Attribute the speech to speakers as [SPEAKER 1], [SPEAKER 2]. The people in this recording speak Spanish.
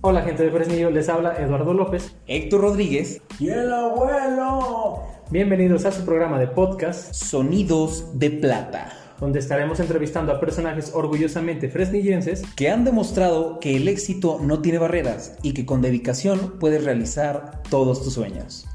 [SPEAKER 1] Hola gente de Fresnillo, les habla Eduardo López.
[SPEAKER 2] Héctor Rodríguez,
[SPEAKER 3] ¡Y el abuelo!
[SPEAKER 1] Bienvenidos a su programa de podcast,
[SPEAKER 2] Sonidos de Plata,
[SPEAKER 1] donde estaremos entrevistando a personajes orgullosamente fresnillenses.
[SPEAKER 2] que han demostrado que el éxito no tiene barreras y que con dedicación puedes realizar todos tus sueños.